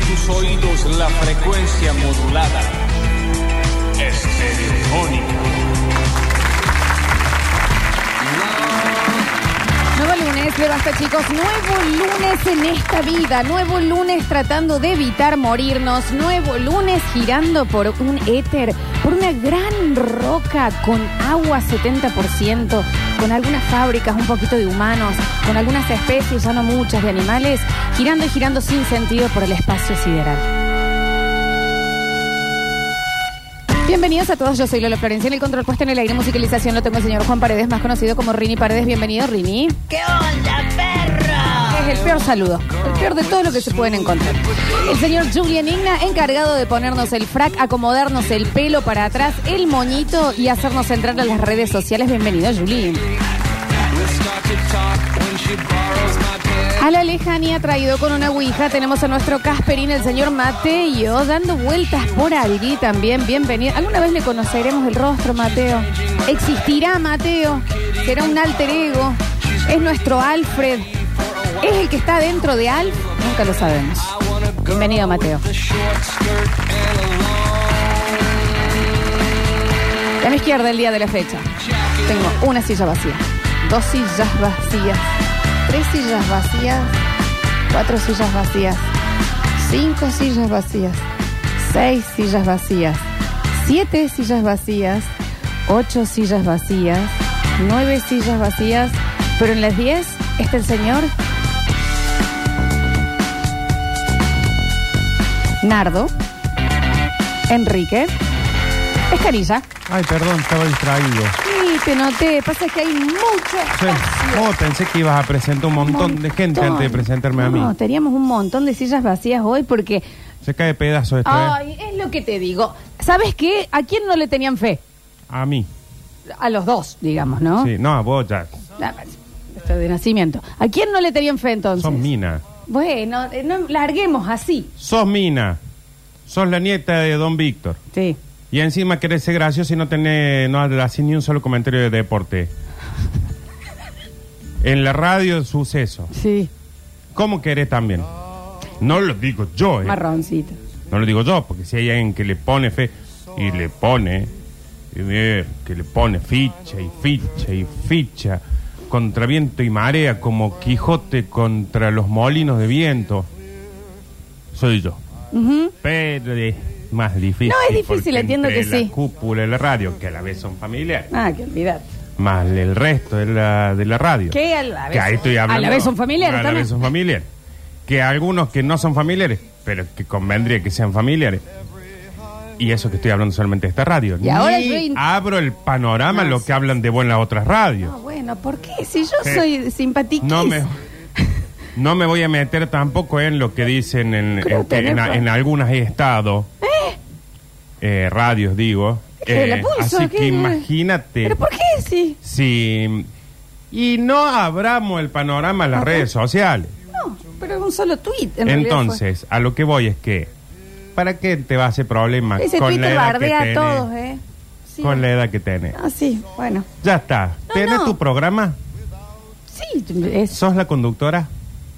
tus oídos la frecuencia modulada. Nuevo lunes de Basta, chicos. Nuevo lunes en esta vida. Nuevo lunes tratando de evitar morirnos. Nuevo lunes girando por un éter, por una gran roca con agua 70%, con algunas fábricas, un poquito de humanos, con algunas especies, ya no muchas, de animales, girando y girando sin sentido por el espacio sideral. Bienvenidos a todos, yo soy Lolo Florencia en el control puesto en el aire musicalización lo tengo el señor Juan Paredes, más conocido como Rini Paredes. Bienvenido, Rini. ¿Qué onda, perro? Es el peor saludo, el peor de todo lo que se pueden encontrar. El señor Julian Igna, encargado de ponernos el frac, acomodarnos el pelo para atrás, el moñito y hacernos entrar a las redes sociales. Bienvenido, Julian. A la lejanía, traído con una ouija, tenemos a nuestro Casperín, el señor Mateo, dando vueltas por allí también. Bienvenido. ¿Alguna vez le conoceremos el rostro, Mateo? ¿Existirá Mateo? ¿Será un alter ego? ¿Es nuestro Alfred? ¿Es el que está dentro de Alf? Nunca lo sabemos. Bienvenido, Mateo. A mi izquierda, el día de la fecha, tengo una silla vacía, dos sillas vacías, tres sillas vacías, cuatro sillas vacías, cinco sillas vacías, seis sillas vacías, siete sillas vacías, ocho sillas vacías, nueve sillas vacías, pero en las diez está el señor Nardo, Enrique, Escanilla. Ay, perdón, estaba distraído. Sí, te noté. Pasa que hay mucho Sí. espacio. Oh, pensé que ibas a presentar un montón, de gente Montón. antes de presentarme a mí. No, teníamos un montón de sillas vacías hoy porque. Se cae pedazo esto, ¿eh? Ay, es lo que te digo. ¿Sabes qué? ¿A quién no le tenían fe? A mí. A los dos, digamos, ¿no? Sí, no, a vos ya. Ah, Esto de nacimiento. ¿A quién no le tenían fe entonces? Sos mina. Bueno, eh, no, larguemos así. Sos mina. Sos la nieta de Don Víctor. Sí. Y encima querés ser gracioso y no tenés, no haces ni un solo comentario de deporte. En la radio, suceso. Sí. ¿Cómo querés también? No lo digo yo, ¿eh? Marroncito. No lo digo yo, porque si hay alguien que le pone fe y le pone, y ve que le pone ficha y ficha y ficha, contra viento y marea, como Quijote contra los molinos de viento, soy yo. Pero es más difícil. No, es difícil, porque entiendo entre que sí. La cúpula de la radio, que a la vez son familiares, Ah, que olvidar. más el resto de la, de la radio. Que a la vez- Que ahí estoy a la hablando. vez son familiares A la también. vez son familiares. Que algunos que no son familiares, pero que convendría que sean familiares. Y eso que estoy hablando solamente de esta radio. Y ahora Ni yo in- Ah, abro el panorama No, lo sí. que hablan de vos en las otras radios. No, Ah, bueno, ¿por qué? Si yo Sí. soy simpatiquísima. No me, no me voy a meter tampoco en lo que dicen en, Creo en- tener en- razón. en algunas estados, eh, radios digo. Eh, ¿Qué le puso? así ¿Qué? que imagínate. ¿Pero por qué? Sí. si y no abramos el panorama a las redes sociales. No, pero un solo tweet. en realidad fue. Entonces, a lo que voy es que, ¿para qué te va a hacer problema Ese ah, con la Twitter edad que bardea a tenés? todos, ¿eh? Sí. Con la edad que tenés. Ah, sí, bueno. Ya está. No, ¿Tenés no. tu programa? Sí, es- ¿Sos la conductora?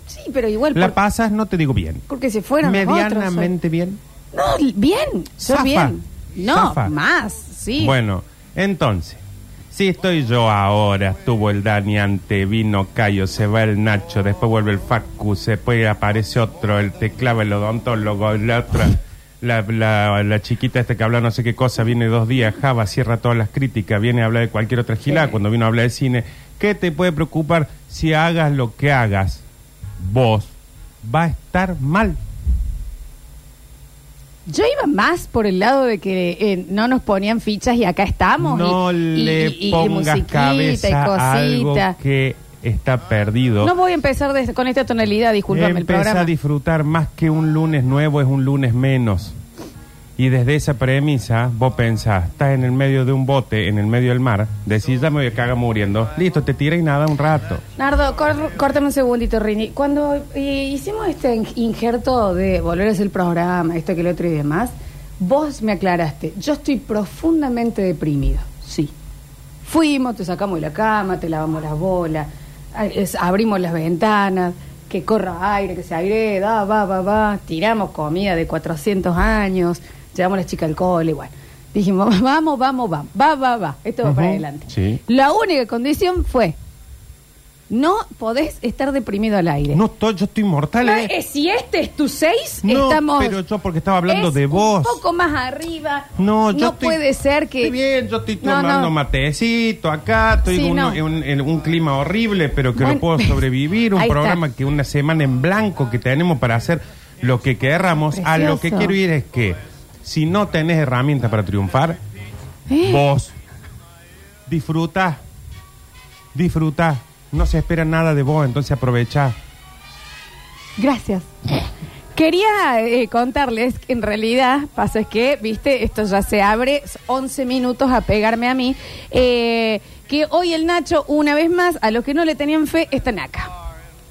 sí, pero igual. ¿La por- pasas? No te digo bien. porque se fueron los otros, ¿Medianamente bien? soy- no, bien. Yo Zafa. bien. No, Zafa. más, sí. Bueno, entonces, si estoy yo ahora, estuvo el Dani ante, vino Cayo, se va el Nacho, después vuelve el Facu, después aparece otro, el teclado, el odontólogo, la otra, la, la- la chiquita esta que habla no sé qué cosa, viene dos días, Java cierra todas las críticas, viene a hablar de cualquier otra gilada, cuando vino a hablar de cine, ¿qué te puede preocupar si hagas lo que hagas? Vos va a estar mal. Yo iba más por el lado de que eh, no nos ponían fichas y acá estamos. No y, y- le y- y pongas musiquita cabeza y a algo cosita. que está perdido. No voy a empezar des- con esta tonalidad, discúlpame el Empieza programa. a disfrutar más que un lunes nuevo es un lunes menos. Y desde esa premisa, vos pensás, estás en el medio de un bote, en el medio del mar, decís, ya me voy a cagar muriendo. Listo, te tira y nada un rato. Nardo, cor- córtame un segundito, Rini. Cuando eh, hicimos este in- injerto de volver a hacer el programa, esto que lo otro y demás, vos me aclaraste, yo estoy profundamente deprimido. Sí. Fuimos, te sacamos de la cama, te lavamos las bolas, a- es- abrimos las ventanas, que corra aire, que se aire, da, va, va, va. Tiramos comida de 400 años, llevamos a las chicas al cole, bueno. Dijimos, vamos, vamos, vamos, va, va, va. Esto va para Ujú, adelante. sí. La única condición fue, no podés estar deprimido al aire. No, estoy- yo estoy mortal, Ah, ¿eh? eh, si este es tu 6, No, estamos. pero yo porque estaba hablando Es de vos. Un poco más arriba. No, yo No estoy- puede ser que. Estoy bien, yo estoy No, tomando no. matecito acá, estoy Sí, en, un, no. en un- en un clima horrible, pero que Bueno, no puedo sobrevivir. Un ahí está. programa que una semana en blanco que tenemos para hacer lo que querramos. A lo que Precioso. quiero ir es que si no tenés herramientas para triunfar, Eh, vos disfruta, disfruta. No se espera nada de vos, entonces aprovechá. Gracias. Quería eh, contarles que en realidad pasa es que, viste, esto ya se abre 11 minutos a pegarme a mí. eh, que hoy el Nacho, una vez más, a los que no le tenían fe, están acá.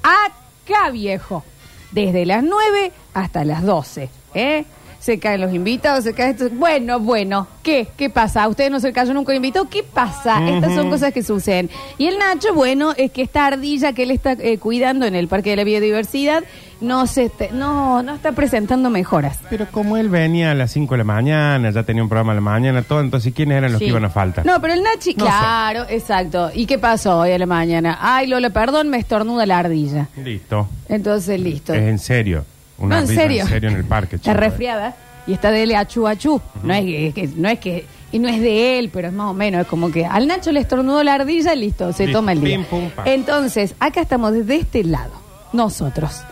Acá, viejo. Desde las 9 hasta las 12. ¿eh? Se caen los invitados, se caen estos- Bueno, bueno, ¿qué? ¿Qué pasa? ¿A ustedes no se cayó nunca un invitado? ¿Qué pasa? Estas son cosas que suceden. Y el Nacho, bueno, es que esta ardilla que él está eh, cuidando en el Parque de la Biodiversidad no, se está- no, no está presentando mejoras. Pero como él venía a las 5 de la mañana, ya tenía un programa a la mañana, todo, entonces ¿quiénes eran los Sí. que iban a faltar? No, pero el Nachi, No sé. claro, exacto. ¿Y qué pasó hoy a la mañana? Ay, Lola, perdón, me estornuda la ardilla. Listo. Entonces, listo. Es en serio. Una no, en risa serio. En serio en el parque. Está chico. eh. resfriada y está de él a chu a chu. No es que, que- no es que y no es de él, pero es más o menos, es como que al Nacho le estornudó la ardilla, listo, se Listo, toma el pim, día. pum, pam. Entonces, acá estamos desde este lado, nosotros.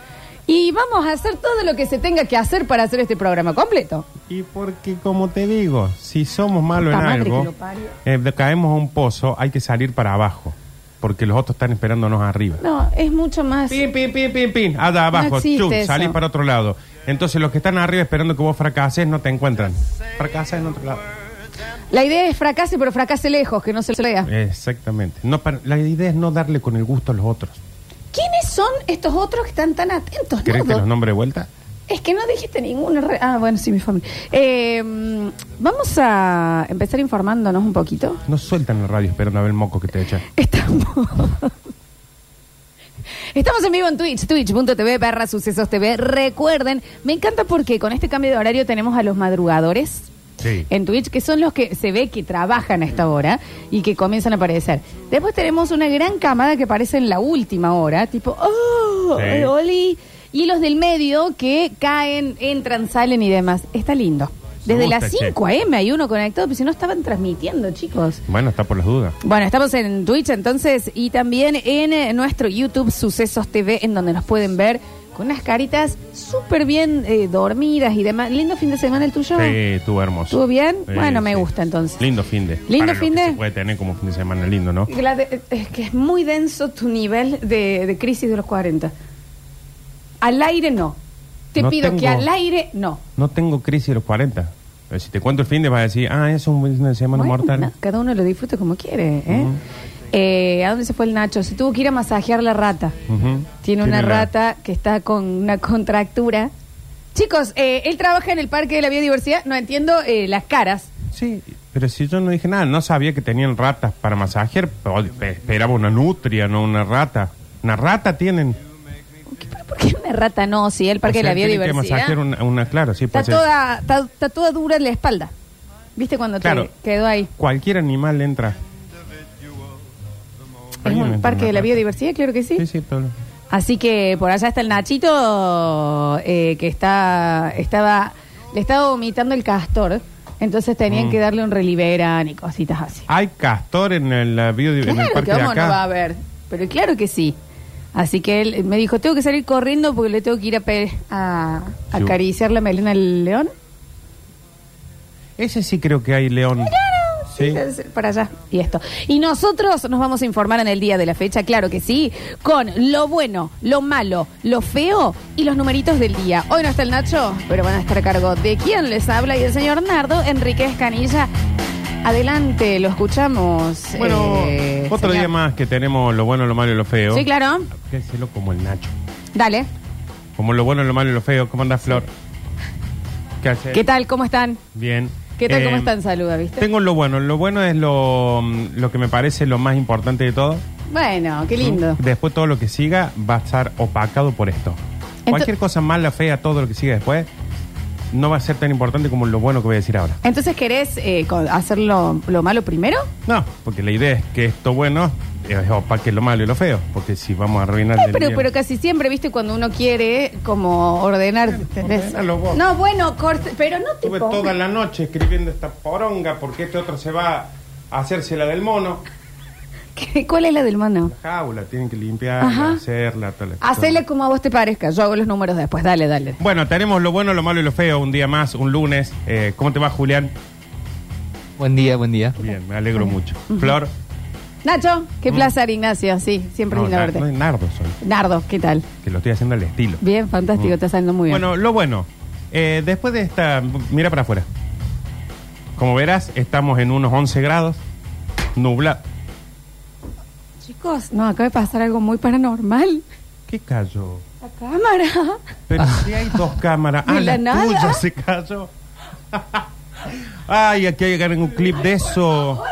Y vamos a hacer todo lo que se tenga que hacer para hacer este programa completo. Y porque, como te digo, si somos malos en Puta madre que algo, lo parió. eh, de- caemos a un pozo, hay que salir para abajo. Porque los otros están esperándonos arriba. No, es mucho más. Pin, pin, pin, pin, pin. Allá abajo, existe chum, eso. salís para otro lado. Entonces, los que están arriba esperando que vos fracases no te encuentran. Fracasas en otro lado. La idea es fracase, pero fracase lejos, que no se lo lea. Exactamente. No, para- la idea es no darle con el gusto a los otros. ¿Quiénes son estos otros que están tan atentos? ¿Querés que Nardo? los nombre de vuelta? Es que no dijiste ninguno. re- Ah, bueno, sí, mi familia. Eh, mm, vamos a empezar informándonos un poquito. No sueltan la radio esperando a ver el moco que te echan. Estamos. Estamos en vivo en Twitch, twitch.tv barra sucesos TV. Recuerden, me encanta porque con este cambio de horario tenemos a los madrugadores Sí. en Twitch, que son los que se ve que trabajan a esta hora y que comienzan a aparecer. Después tenemos una gran camada que aparece en la última hora, tipo, ¡oh! Sí. ¡Oli! Y los del medio que caen, entran, salen y demás. Está lindo. Me Desde gusta, las che. 5 a.m. hay uno conectado, pero si no estaban transmitiendo, chicos. Bueno, está por las dudas. Bueno, estamos en Twitch entonces y también en eh, nuestro YouTube Sucesos TV, en donde nos pueden ver con unas caritas súper bien eh, dormidas y demás. Lindo fin de semana el tuyo. Sí, estuvo hermoso. ¿Estuvo bien? Bueno, me gusta, entonces. Lindo fin de. Lindo Para lo fin que de. Se puede tener como fin de semana lindo, ¿no? Glade- eh, es que es muy denso tu nivel de, de crisis de los 40. Al aire no. Te No pido que tengo- al aire no. No tengo crisis de los 40. Pero si te cuento el fin de, vas a decir, ah, es un fin de semana Bueno, mortal. no, cada uno lo disfruta como quiere. ¿eh? Eh, ¿A dónde se fue el Nacho? Se tuvo que ir a masajear la rata. Ujú. Tiene una la- rata que está con una contractura. Chicos, eh, él trabaja en el Parque de la Biodiversidad. No entiendo eh, las caras. Sí, pero si yo no dije nada, no sabía que tenían ratas para masajear. pero Esperaba una nutria, no una rata. Una rata tienen. ¿Pero ¿Por qué una rata no? Si el Parque O sea, de la tienen que masajear Biodiversidad. una, una claro, sí, pues, eh, Está puede ser. toda, está, está toda dura en la espalda. ¿Viste cuando te Claro. quedó ahí? Cualquier animal entra. Es un parque de la biodiversidad, claro que sí. Sí, sí, todo. Así que por allá está el Nachito eh, que está estaba le estaba vomitando el castor. Entonces tenían que darle un reliberan y cositas así. Hay castor en el, la biodi- en el Claro parque que de vamos, no acá. va a haber. Pero claro que sí. Así que él me dijo, tengo que salir corriendo porque le tengo que ir a, pe- a- a Sí. acariciar la melena al león. Ese sí creo que hay león. Sí. Es Para allá. Y esto. Y nosotros nos vamos a informar en el día de la fecha, claro que sí, con lo bueno, lo malo, lo feo y los numeritos del día. Hoy no está el Nacho, pero van a estar a cargo de quien les habla y el señor Nardo Enriquez Canilla. Adelante, lo escuchamos. Bueno, eh, otro señor. día más que tenemos lo bueno, lo malo y lo feo. Sí, claro. Fíjenselo como el Nacho. Dale. Como lo bueno, lo malo y lo feo. ¿Cómo anda Flor? ¿Qué hace? ¿Qué tal? ¿Cómo están? Bien. ¿Qué tal? ¿Cómo Eh, están? Saluda, ¿viste? mm, Tengo lo bueno. Lo bueno es lo, lo que me parece lo más importante de todo. Mm, Bueno, qué lindo. Después todo lo que siga va a estar opacado por esto. Ento- Cualquier cosa mala, fea, todo lo que siga después, no va a ser tan importante como lo bueno que voy a decir ahora. Entonces, ¿querés eh, co- hacer lo, lo malo primero? No, porque la idea es que esto bueno es opaque lo malo y lo feo. Porque si vamos a arruinar Eh, el pero, día- pero casi siempre, viste, cuando uno quiere como ordenar. ¿entendés? ordenalo vos. No, bueno, corte, pero no te Estuve pongas- toda la noche escribiendo esta poronga porque este otro se va a hacerse la del mono. ¿Qué- ¿Cuál es la del mano? La jaula, tienen que limpiar, Ajá. hacerla, tal. tal. Hacele como a vos te parezca. Yo hago los números después. Dale, dale. Bueno, tenemos lo bueno, lo malo y lo feo un día más, un lunes. Eh, ¿Cómo te va, Julián? Buen día, buen día. Bien, me alegro mucho. Flor. Nacho, qué placer, Ignacio. Sí, siempre Mm. No, lindo na- verte. no es nardo soy, Nardo, ¿qué tal? que lo estoy haciendo al estilo. Bien, fantástico, está saliendo muy bien. Mm. Bueno, lo bueno. Eh, después de esta, mira para afuera. Como verás, estamos en unos 11 grados, nublado. Chicos, no, acaba de pasar algo muy paranormal. ¿Qué cayó? La cámara. Pero si hay dos cámaras. Ah. De Ah, la la, nada. tuya se cayó. Ay, aquí hay que ganar un clip de eso.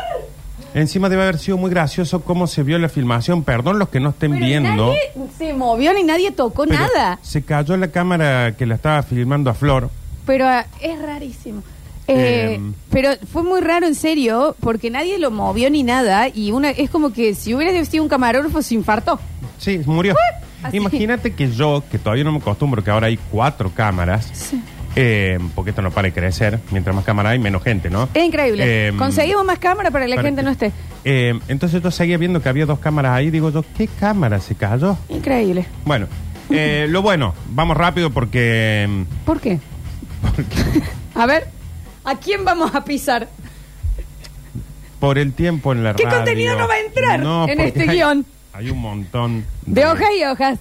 Encima debe haber sido muy gracioso cómo se vio la filmación. Perdón los que no estén Pero viendo. nadie se movió ni nadie tocó pero nada. Se cayó la cámara que la estaba filmando a Flor. Pero ah, es rarísimo. Eh, Em. pero fue muy raro, en serio, porque nadie lo movió ni nada. Y una es como que si hubiera sido un camarógrafo, se infartó. Sí, murió. Así. Imagínate que yo, que todavía no me acostumbro, que ahora hay cuatro cámaras, Sí. eh, porque esto no para de crecer, mientras más cámaras hay, menos gente, ¿no? Es increíble. Em, Conseguimos más cámara para que la para gente que- no esté. Eh, entonces yo seguía viendo que había dos cámaras ahí, digo yo, ¿qué cámara se cayó? Increíble. Bueno, eh, lo bueno, vamos rápido porque... mm, ¿Por qué? A ver, ¿a quién vamos a pisar? Por el tiempo en la ¿Qué radio. contenido no va a entrar en porque este hay- guión? Hay un montón. De hojas y hojas.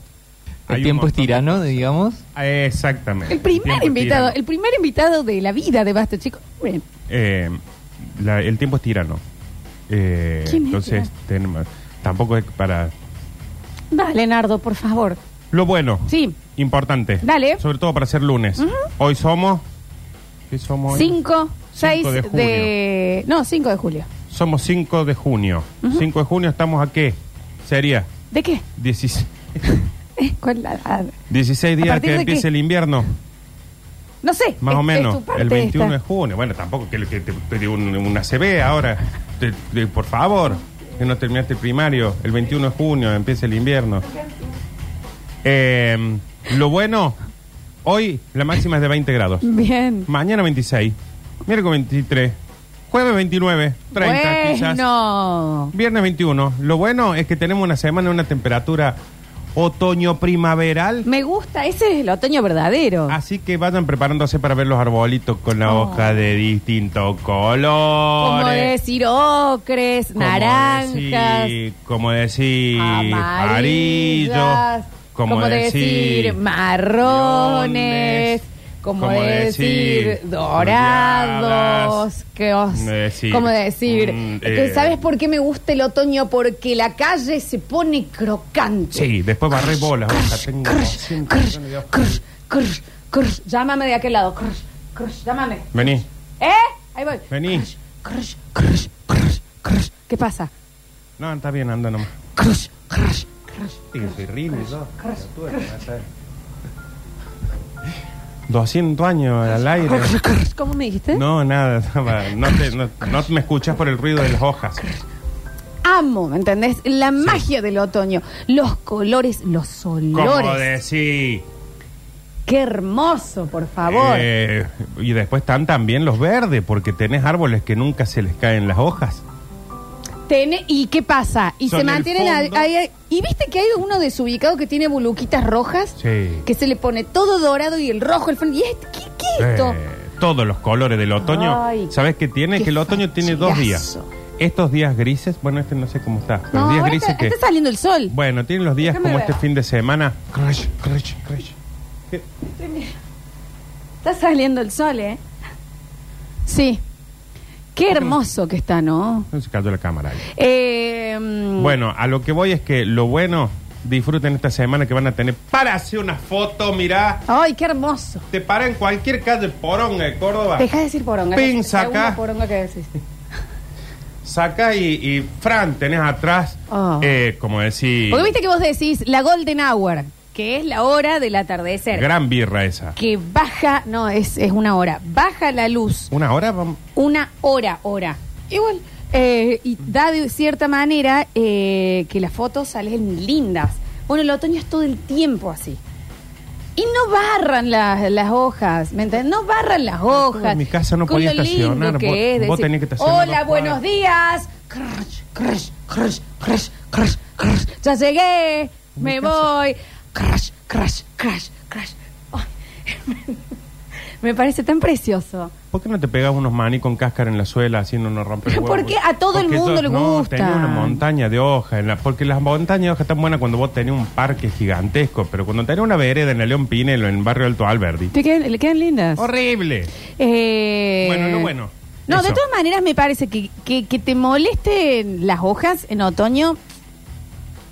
hay El un tiempo es montón de tirano, digamos. Ah, Exactamente. El primer tiempo es invitado, tirano. el primer invitado de la vida de Basta, chicos. Bueno, Eh, la- el tiempo es tirano. Eh, ¿Quién es entonces, tenemos- tampoco es para... Dale, Nardo, por favor. Lo bueno. Sí. Importante. Dale. Sobre todo para ser lunes. Hoy somos... ¿Qué somos? hoy? 5, 6 Cinco de, de junio. No, 5 de julio. Somos 5 de junio. 5 de junio estamos a qué? Sería ¿De qué? 16, Eh, ¿Cuál la- ah, 16 ¿A días partir que de empiece qué? el invierno. No sé. Más es- o es menos, tu parte el 21 de esta. junio. Bueno, tampoco que, que te, te di un- una CB ahora. Te- te- por favor, que no terminaste el primario. El 21 de junio empieza el invierno. Eh, lo bueno, hoy la máxima es de 20 grados. Bien. Mañana 26, miércoles 23, jueves 29, 30 quizás. bueno. Viernes 21. Lo bueno es que tenemos una semana, una temperatura otoño-primaveral. Me gusta. Ese es el otoño verdadero. Así que vayan preparándose para ver los arbolitos con la Oh. hoja de distinto color. Como decir ocres, naranjas, como decir amarillo. amarillas. Como, decir marrones. leones, Como como decir decir dorados, doradas, que os- como decir, como decir, mm, que eh, ¿sabes por qué me gusta el otoño? Porque la calle se pone crocante. Sí, después barré bolas. hoja, tengo 200 Crr, millones de hojas. crr, crr, crr. Llámame de aquel lado. Crr, crr, llámame. Vení, ¿Eh? Ahí voy. vení. Crush, crush, crush, crush. ¿Qué pasa? No, está bien, anda nomás. Crush, crush, crush. Sí, que soy Rini, yo. Pelotudo, que me vas a ver. 200 años al aire. ¿Cómo me dijiste? No, nada, estaba- no, te- no- no me escuchas por el ruido de las hojas. Amo, ¿me entendés? La magia del otoño. Los colores, los Como olores. decir. Qué hermoso, por favor. Eh, y después están también los verdes, porque tenés árboles que nunca se les caen las hojas. Tene- ¿Y qué pasa? Y Son se el mantienen... a- fondo. ahí- y viste que hay uno desubicado que tiene buluquitas rojas. Sí. Que se le pone todo dorado y el rojo, el fondo. ¿Y este- qué, qué es esto? Eh, todos los colores del otoño. Ay, ¿Sabes qué tiene? qué que el otoño tiene dos días. fachigazo. Estos días grises, bueno, este no sé cómo está. Los No, días ahora grises está, que. está saliendo el sol. Bueno, tienen los días Déjame como ver. este fin de semana. Crash, crash, crash. ¿Qué? Está saliendo el sol, ¿eh? Sí. Qué hermoso que está, ¿no? No se cayó la cámara ahí. Eh, mm, Bueno, a lo que voy es que lo bueno, disfruten esta semana que van a tener para hacer una foto, mirá. Ay, qué hermoso. Te para en cualquier calle poronga de Córdoba. Deja de decir poronga. Pin, Es la segunda saca. poronga que decís. Saca y, y Fran, tenés atrás, Ah. eh, como decir, Porque viste que vos decís la golden hour, que es la hora del atardecer. gran birra esa. que baja, no, es, es una hora, baja la luz ¿Una hora? vamos? una hora, hora. Igual. eh, y da de cierta manera eh, que las fotos salen lindas. Bueno, el otoño es todo el tiempo así. Y no barran las, las hojas, ¿me entiendes? No barran las hojas. en mi casa no Con podía lo lindo estacionar, que vos- es vos decir, tenés que estacionar Hola, dos buenos cuadras". días. Crush, crush, crush, crush, crush, crush. Ya llegué, me voy. Crush, crush, crush, crush. Ay, me parece tan precioso. ¿Por qué no te pegas unos maní con cáscara en la suela así no nos rompe el Pero huevo? ¿por qué a todo el Porque mundo yo- le no, gusta? tenía una montaña de hojas. en la- porque las montañas de hojas están buenas cuando vos tenés un parque gigantesco. Pero cuando tenés una vereda en el León Pinelo, en el barrio Alto Alberdi. ¿Te quedan, ¿Le quedan lindas? ¡Horrible! Eh, Bueno, no bueno. No, de Eso. todas maneras me parece que, que, que te molesten las hojas en otoño.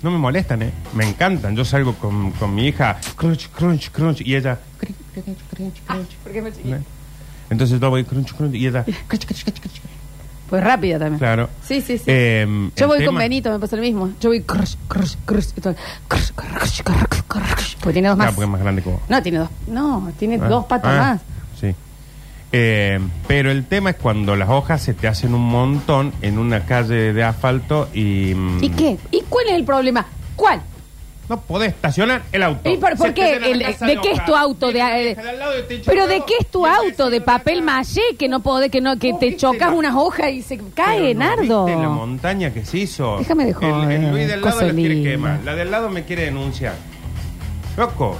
No me molestan, ¿eh? Me encantan. Yo salgo con, con mi hija, crunch, crunch, crunch, y ella... crunch, crunch, crunch, crunch. ¿Eh? Entonces yo voy crunch, crunch, y ella... crunch, crunch, crunch, crunch. Pues rápido también. Claro. Sí, sí, sí. Em, Yo el voy con tema- Benito, me pasa lo mismo. Yo voy crush, crush, crush. y todo, crush, crush, crush, crush. Porque tiene dos Claro, más. porque es más grande que vos. No, tiene dos. No, tiene Ah, dos patas ah, más. Sí. Eh, pero el tema es cuando las hojas se te hacen un montón en una calle de asfalto y... mm, ¿Y qué? ¿Y cuál es el problema? ¿Cuál? No podés estacionar el auto. ¿Y por, Se por te qué? llena la El- casa ¿De qué es hojas. tu auto? De, Deja- eh, déjala al lado y te ¿Pero choca de vos. qué es tu Deja auto? ¿De esa casa. papel mallé que no podés, que no que ¿Vos te viste chocas la- unas hojas y se cae, Pero no, Nardo? ¿viste la montaña que se hizo. Déjame de El, joder, el Luis del lado cosa la quiere linda. quemar. La del lado me quiere denunciar. Loco,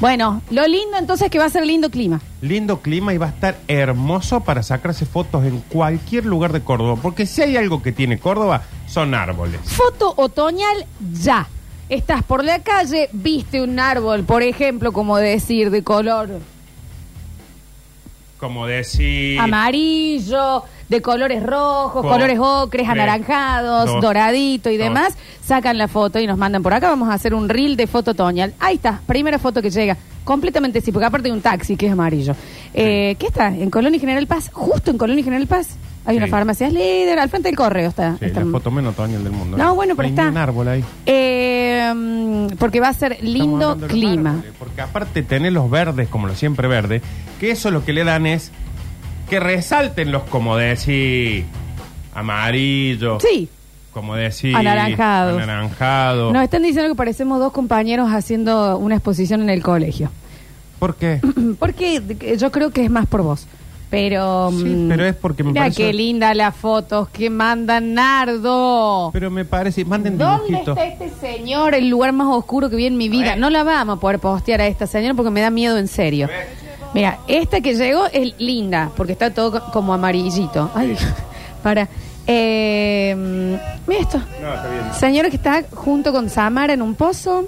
Bueno, lo lindo entonces es que va a ser lindo clima. lindo clima y va a estar hermoso para sacarse fotos en cualquier lugar de Córdoba. Porque si hay algo que tiene Córdoba, son árboles. Foto otoñal ya. Estás por la calle, viste un árbol, por ejemplo, como decir, de color Como decir. amarillo, de colores rojos, Po- colores ocres, tres, anaranjados, Oh, dos, doradito y dos. demás. Sacan la foto y nos mandan por acá. Vamos a hacer un reel de foto otoñal. Ahí está, primera foto que llega. Completamente sí, porque aparte hay un taxi que es amarillo. Eh, ¿Qué está? ¿En Colón y General Paz? Justo en Colón y General Paz. Hay una Sí. farmacia, es líder, al frente del correo está. Sí, está- la foto menos otoñal del mundo. ¿eh? No, bueno, pero hay ni está. un árbol ahí. Eh, mm, porque va a ser Estamos lindo hablando de los clima. árboles, porque aparte tenés los verdes, como los siempre verdes, que eso lo que le dan es que resalten los, como decir, amarillos. Sí. Como decir. Anaranjados. Anaranjado. Nos están diciendo que parecemos dos compañeros haciendo una exposición en el colegio. ¿Por qué? Porque eh, yo creo que es más por vos. Pero. Sí, mm, pero es porque me Mira parece- qué linda las fotos que manda Nardo. Pero me parece. Manden ¿Dónde dibujitos. está este señor? El lugar más oscuro que vi en mi vida. No la vamos a poder postear a esta señora porque me da miedo en serio. Mira, esta que llegó es linda porque está todo co- como amarillito. Ay, para. Eh, mm, mira esto. No, está bien. Señora que está junto con Samara en un pozo,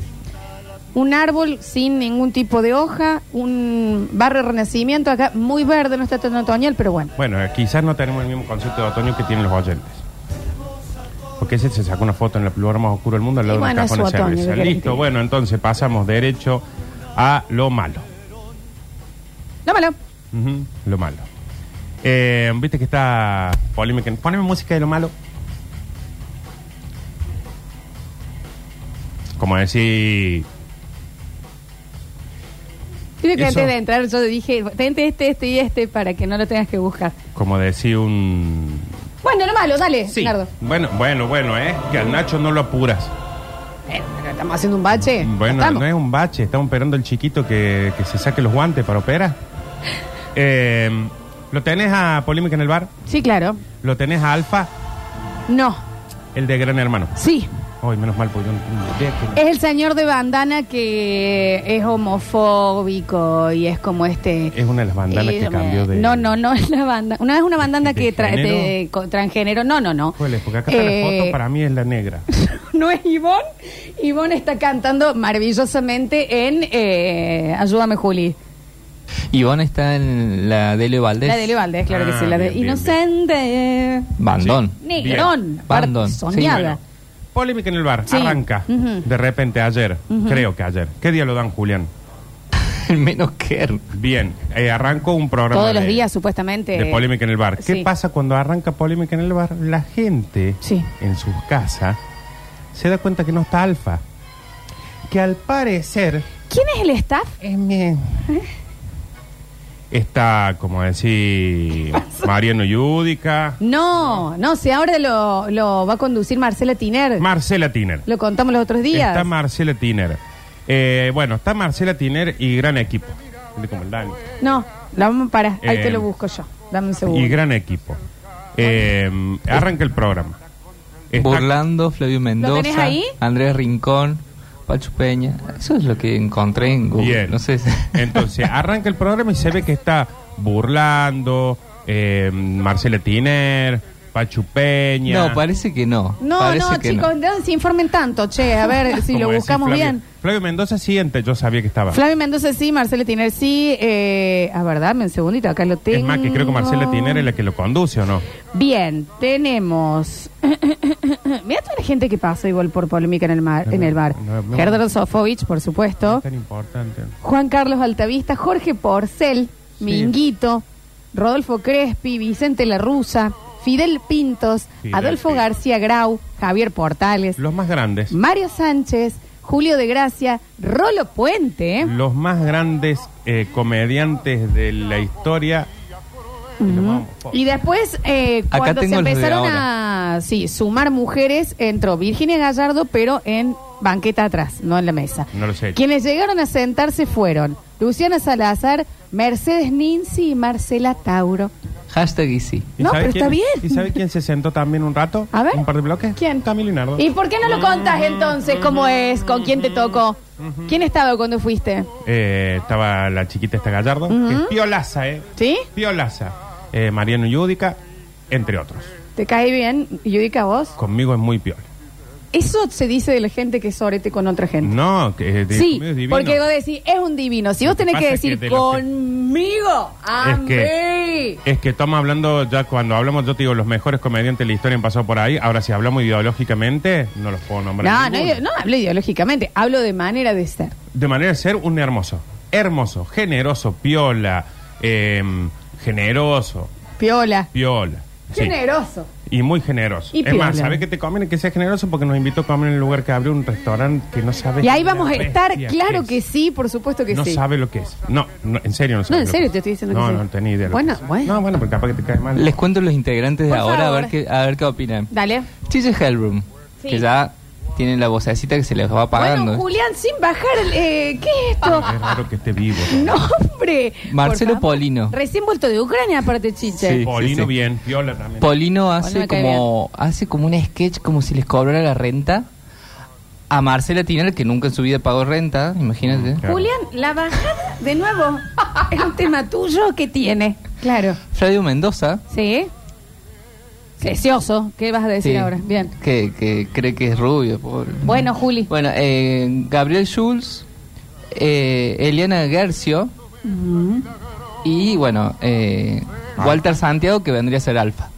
un árbol sin ningún tipo de hoja, un barrio renacimiento acá muy verde, no está tan otoñal, pero bueno. Bueno, eh, quizás no tenemos el mismo concepto de otoño que tienen los oyentes. Porque ese se sacó una foto en el lugar más oscuro del mundo al Y lado de bueno, una es cajón de su otoño, cerveza. ¿qué querés que te Listo, diga? bueno, entonces pasamos derecho a lo malo. No malo. Ujú, Lo malo. Eh, Viste que está polémica. Poneme música de lo malo. Como decir. Creo que Eso. antes de entrar yo dije, tente este, este y este para que no lo tengas que buscar. Como decir un. Bueno, no malo, dale, Nardo. Bueno, bueno, bueno, ¿eh? Que al Nacho no lo apuras. Eh, pero estamos haciendo un bache. Bueno, Estamos. no es un bache, estamos operando el chiquito que, que se saque los guantes para operar. Eh, lo tenés a Polémica en el bar, Sí, claro. lo tenés a Alfa, No, el de Gran Hermano. sí. Ay, menos mal, porque yo no tengo idea que- Es el señor de bandana que es homofóbico y es como este... Es una de las bandanas Eh, que cambió de. No, no, no es la banda. Una vez una bandana ¿De que tra- género? de- co- transgénero. No, no, no. ¿Cuál es? Porque acá está la Eh, foto, para mí es la negra. No es Ivonne. Ivonne está cantando maravillosamente en eh, Ayúdame, Juli. Ivonne está en la Dele Valdés. La de Leo Valdés, claro que Ah, sí. La de bien, bien, Inocente. Bandón. Negrón. Bien. aparte, Bandón, sí. Soñada. Bueno, Polémica en el bar, Sí. arranca. Ujú. De repente ayer, creo que ayer. ¿Qué día lo dan, Julián? el menos care. Bien, eh, arrancó un programa. Todos los de- días, supuestamente. De polémica en el bar. ¿Qué Este, Sí. pasa cuando arranca polémica en el bar? La gente Sí. en sus casas se da cuenta que no está alfa. Que al parecer ¿Quién es el staff? es bien. ¿Eh? Está, como decir, Mariano Yudica, No, no sé, ahora lo, lo va a conducir Marcela Tiner. Marcela Tiner. lo contamos los otros días. Está Marcela Tiner. Eh, bueno, está Marcela Tiner y gran equipo. Mire cómo el Dani. no, la vamos para. Ahí Eh, te lo busco yo. Dame un segundo. Y gran equipo. Eh, arranca el programa. Está- Burlando, Flavio Mendoza. tenés ahí? Andrés Rincón, Pachu Peña. Eso es lo que encontré en Google. Bien. No sé. si- Entonces, arranca el programa y se ve que está burlando, eh, Marcela Tiner, Pachu Peña. No, parece que no. no, parece no, que chicos, no se informen tanto, che. A ver si Como lo decís, buscamos Flavio- bien. Flavio Mendoza siente, yo sabía que estaba. Flavio Mendoza sí, Marcela Tiner sí. Eh, a ver, dame un segundito, acá lo tengo. es más, que creo que Marcela Tiner es la que lo conduce, ¿o no? Bien, tenemos. Mira toda la gente que pasa igual por polémica en el mar, en el bar. No, no. Gerardo Sofovich, por supuesto. Tan importante. Juan Carlos Altavista, Jorge Porcel, Sí. Minguito, Rodolfo Crespi, Vicente La Rusa, Fidel Pintos, Fidel Adolfo Pintos. García Grau, Javier Portales, Los más grandes. Mario Sánchez, Julio de Gracia, Rolo Puente. ¿eh? Los más grandes eh, comediantes de la historia. Y después, eh, Acá cuando se tengo los de empezaron a sí, sumar mujeres, entró Virginia Gallardo, pero en banqueta atrás, no en la mesa. No lo sé. Quienes llegaron a sentarse fueron Luciana Salazar, Mercedes Ninzi y Marcela Tauro. Hashtag y sí. ¿Y No, sabe pero quién- está bien. ¿Y sabe quién se sentó también un rato? A ver. ¿Un par de bloques? ¿Quién? Camilo y Nardo. ¿Y por qué no lo contas entonces cómo es? ¿Con quién te tocó? ¿Quién estaba cuando fuiste? Eh, estaba la chiquita esta Gallardo, que es Piolaza, ¿eh? ¿Sí? Piolaza. Eh, Mariano Yudica, entre otros. ¿Te cae bien, Yudica, vos? Conmigo es muy piola. Eso se dice de la gente que es sorete con otra gente. No, que eh, de- Sí, conmigo es divino. porque vos decís, es un divino. Si Lo vos que tenés que pasa es que decir de los que- conmigo, a Es mí. que- Es que estamos hablando, ya cuando hablamos, yo te digo, los mejores comediantes de la historia han pasado por ahí. Ahora, si hablamos ideológicamente, no los puedo No, nombrar. no, ninguno. ide- no hablo ideológicamente, hablo de manera de ser. De manera de ser un hermoso. Hermoso, generoso, piola. em, generoso, Piola. piola. Sí. Generoso. Y muy generoso. Y es piola. más, ¿sabes que te conviene que sea generoso? Porque nos invitó a comer en un lugar que abrió un restaurante que no sabe. Y ahí la vamos a estar, bestia claro es. que sí, por supuesto que no sí. sabe lo que es. No, no, en serio no sabe. en lo serio que te estoy diciendo que no, sí. No, no tenía idea. de lo Bueno, que es. bueno. No, bueno, porque capaz que te cae mal. Les cuento los integrantes de Por ahora a ver favor. qué, a ver qué opinan. Dale. Chiche Hellroom, que ya tienen la vocecita que se les va apagando. Bueno, Julián, sin bajar, el- eh, ¿qué es esto? Es raro que esté vivo. No, hombre. Marcelo Por favor. Polino. Recién vuelto de Ucrania, aparte, chiche. Sí. Polino bien, viola también. Polino hace me cae como hace como un sketch como si les cobrara la renta a Marcela Tiner que nunca en su vida pagó renta, imagínate. Mm, Claro. Julián, la bajada, de nuevo, es un tema tuyo que tiene. Claro. Flavio Mendoza, Sí. Precioso. ¿Qué vas a decir sí, ahora? Bien. Que, que cree que es rubio. pobre. Bueno, Juli. Bueno, eh, Gabriel Schulz, eh, Eliana Gercio Mm. y bueno, eh, Ah. Walter Santiago que vendría a ser Alfa.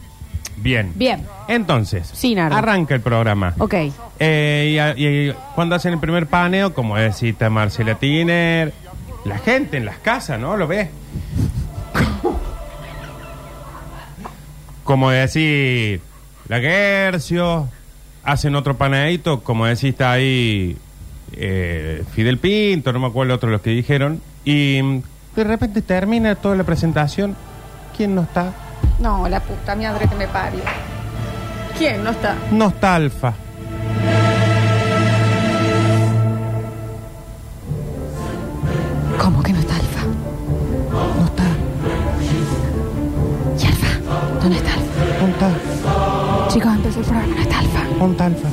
Bien. Bien. Entonces, Sí, Nardo. arranca el programa. Ok. Eh, y a- y, cuando hacen el primer paneo, como decita Marcela Tiner, la gente en las casas, ¿no? Lo ve. como decir, la Gercio, hacen otro paneadito, como decís, está ahí eh, Fidel Pinto, no me acuerdo otro los que dijeron, y mm, de repente termina toda la presentación, ¿quién no está? No, la puta madre que me parió. ¿Quién no está? No está Alfa. ¿Cómo que no está Alfa? No está, ¿Y Alfa? ¿Dónde está Alfa? no está, Chicos, empezó el programa. No está Alfa. no está Alfa,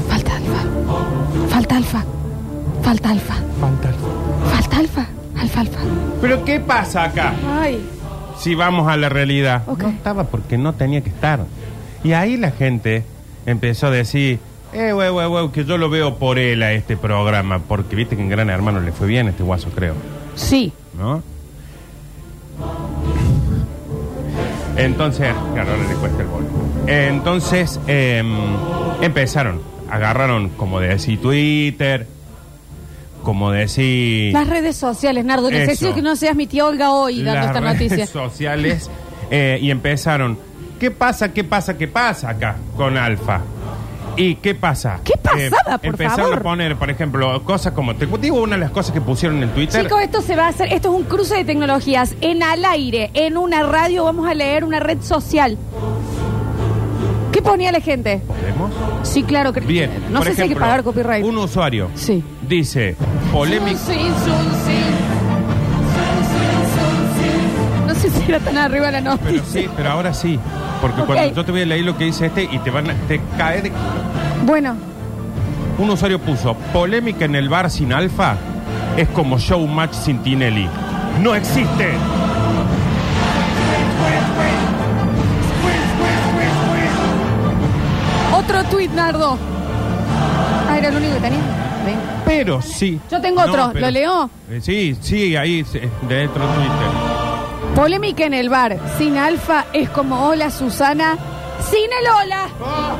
Falta Alfa. Falta Alfa. Falta Alfa. falta Alfa. Falta Alfa. Alfa, Alfa. Pero ¿qué pasa acá? Ay. Si vamos a la realidad. Ok. No estaba porque no tenía que estar. Y ahí la gente empezó a decir, eh, wey, wey, wey, que yo lo veo por él a este programa, porque viste que en Gran Hermano le fue bien a este guaso, creo, Sí. ¿no? Entonces, claro, ahora le cuesta el gol. Entonces, em, empezaron, agarraron, como decir, Twitter, como decir... Las redes sociales, Nardo. Eso. Necesito que no seas mi tía Olga hoy dando las esta redes noticia. sociales eh, y empezaron, ¿qué pasa, qué pasa, qué pasa acá con Alfa? ¿Y qué pasa? Eh, ¿Qué pasada, por empezaron favor? a poner, por ejemplo, cosas como, te digo una de las cosas que pusieron en Twitter. Chicos, esto se va a hacer, esto es un cruce de tecnologías. En al aire, en una radio, vamos a leer una red social. ¿Qué ponía la gente? ¿Podemos? Sí, claro. cre- Bien. No por sé si hay que ejemplo, pagar copyright. Un usuario Sí. dice, polémica... Sun, sí, sun, sí. Sun, sí, sun, sí. No sé si era tan arriba la noticia. Pero sí, pero ahora sí. Porque Ok. cuando yo te voy a leer lo que dice este y te van a, te cae de- Bueno, Un usuario puso, polémica en el bar sin alfa es como showmatch sin Tinelli. ¡No existe! otro tuit, Nardo. Ah, era el único que tenía. Ven. Pero sí. Yo tengo otro, ¿lo leo? Eh, sí, sí, ahí, sí, dentro de Twitter. Polémica en el bar. Sin alfa es como hola Susana. Sin el hola. Ah.